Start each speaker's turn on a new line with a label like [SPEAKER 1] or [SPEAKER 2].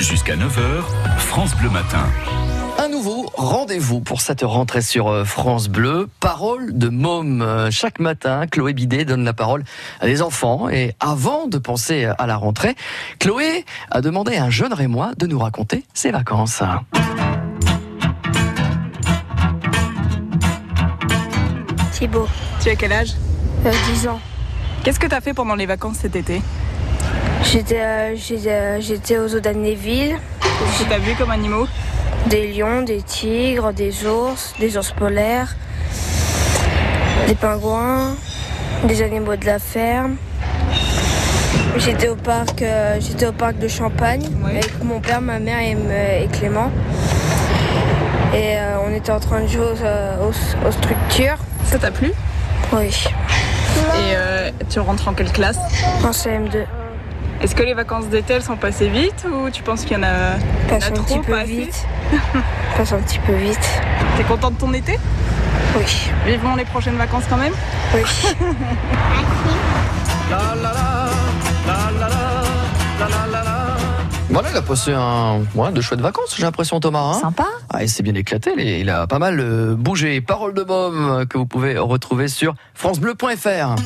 [SPEAKER 1] Jusqu'à 9h, France Bleu Matin.
[SPEAKER 2] Un nouveau rendez-vous pour cette rentrée sur euh, France Bleu. Parole de môme. Euh, Chaque matin, Chloé Bidet donne la parole à des enfants. Et avant de penser à la rentrée, Chloé a demandé à un jeune Rémois de nous raconter ses vacances.
[SPEAKER 3] C'est beau.
[SPEAKER 4] Tu as quel âge
[SPEAKER 3] Euh, 10 ans.
[SPEAKER 4] Qu'est-ce que tu as fait pendant les vacances cet été
[SPEAKER 3] J'étais euh, j'étais, euh, j'étais aux eaux d'Annéville.
[SPEAKER 4] Qu'est-ce que tu as vu comme animaux
[SPEAKER 3] Des lions, des tigres, des ours, des ours polaires, des pingouins, des animaux de la ferme. J'étais au parc, euh, j'étais au parc de Champagne
[SPEAKER 4] Ouais.
[SPEAKER 3] avec mon père, ma mère et, me- et Clément. Et euh, on était en train de jouer aux, euh, aux- aux structures.
[SPEAKER 4] Ça t'a plu
[SPEAKER 3] Oui,
[SPEAKER 4] Et euh, tu rentres en quelle classe
[SPEAKER 3] en CM2.
[SPEAKER 4] Est-ce que les vacances d'été elles sont passées vite ou tu penses qu'il y en a
[SPEAKER 3] Passe
[SPEAKER 4] Il y
[SPEAKER 3] un
[SPEAKER 4] en a
[SPEAKER 3] petit
[SPEAKER 4] trop, pas
[SPEAKER 3] peu
[SPEAKER 4] assez
[SPEAKER 3] vite. Passe un petit peu vite.
[SPEAKER 4] T'es content de ton été
[SPEAKER 3] Oui.
[SPEAKER 4] Vivement les prochaines vacances quand même
[SPEAKER 3] Oui.
[SPEAKER 2] Voilà, il a passé un, ouais, de chouettes vacances, j'ai l'impression, Thomas. hein.
[SPEAKER 5] Sympa.
[SPEAKER 2] Ah, il s'est bien éclaté, il est- il a pas mal euh, bougé. Parole de môme euh, que vous pouvez retrouver sur francebleu.fr.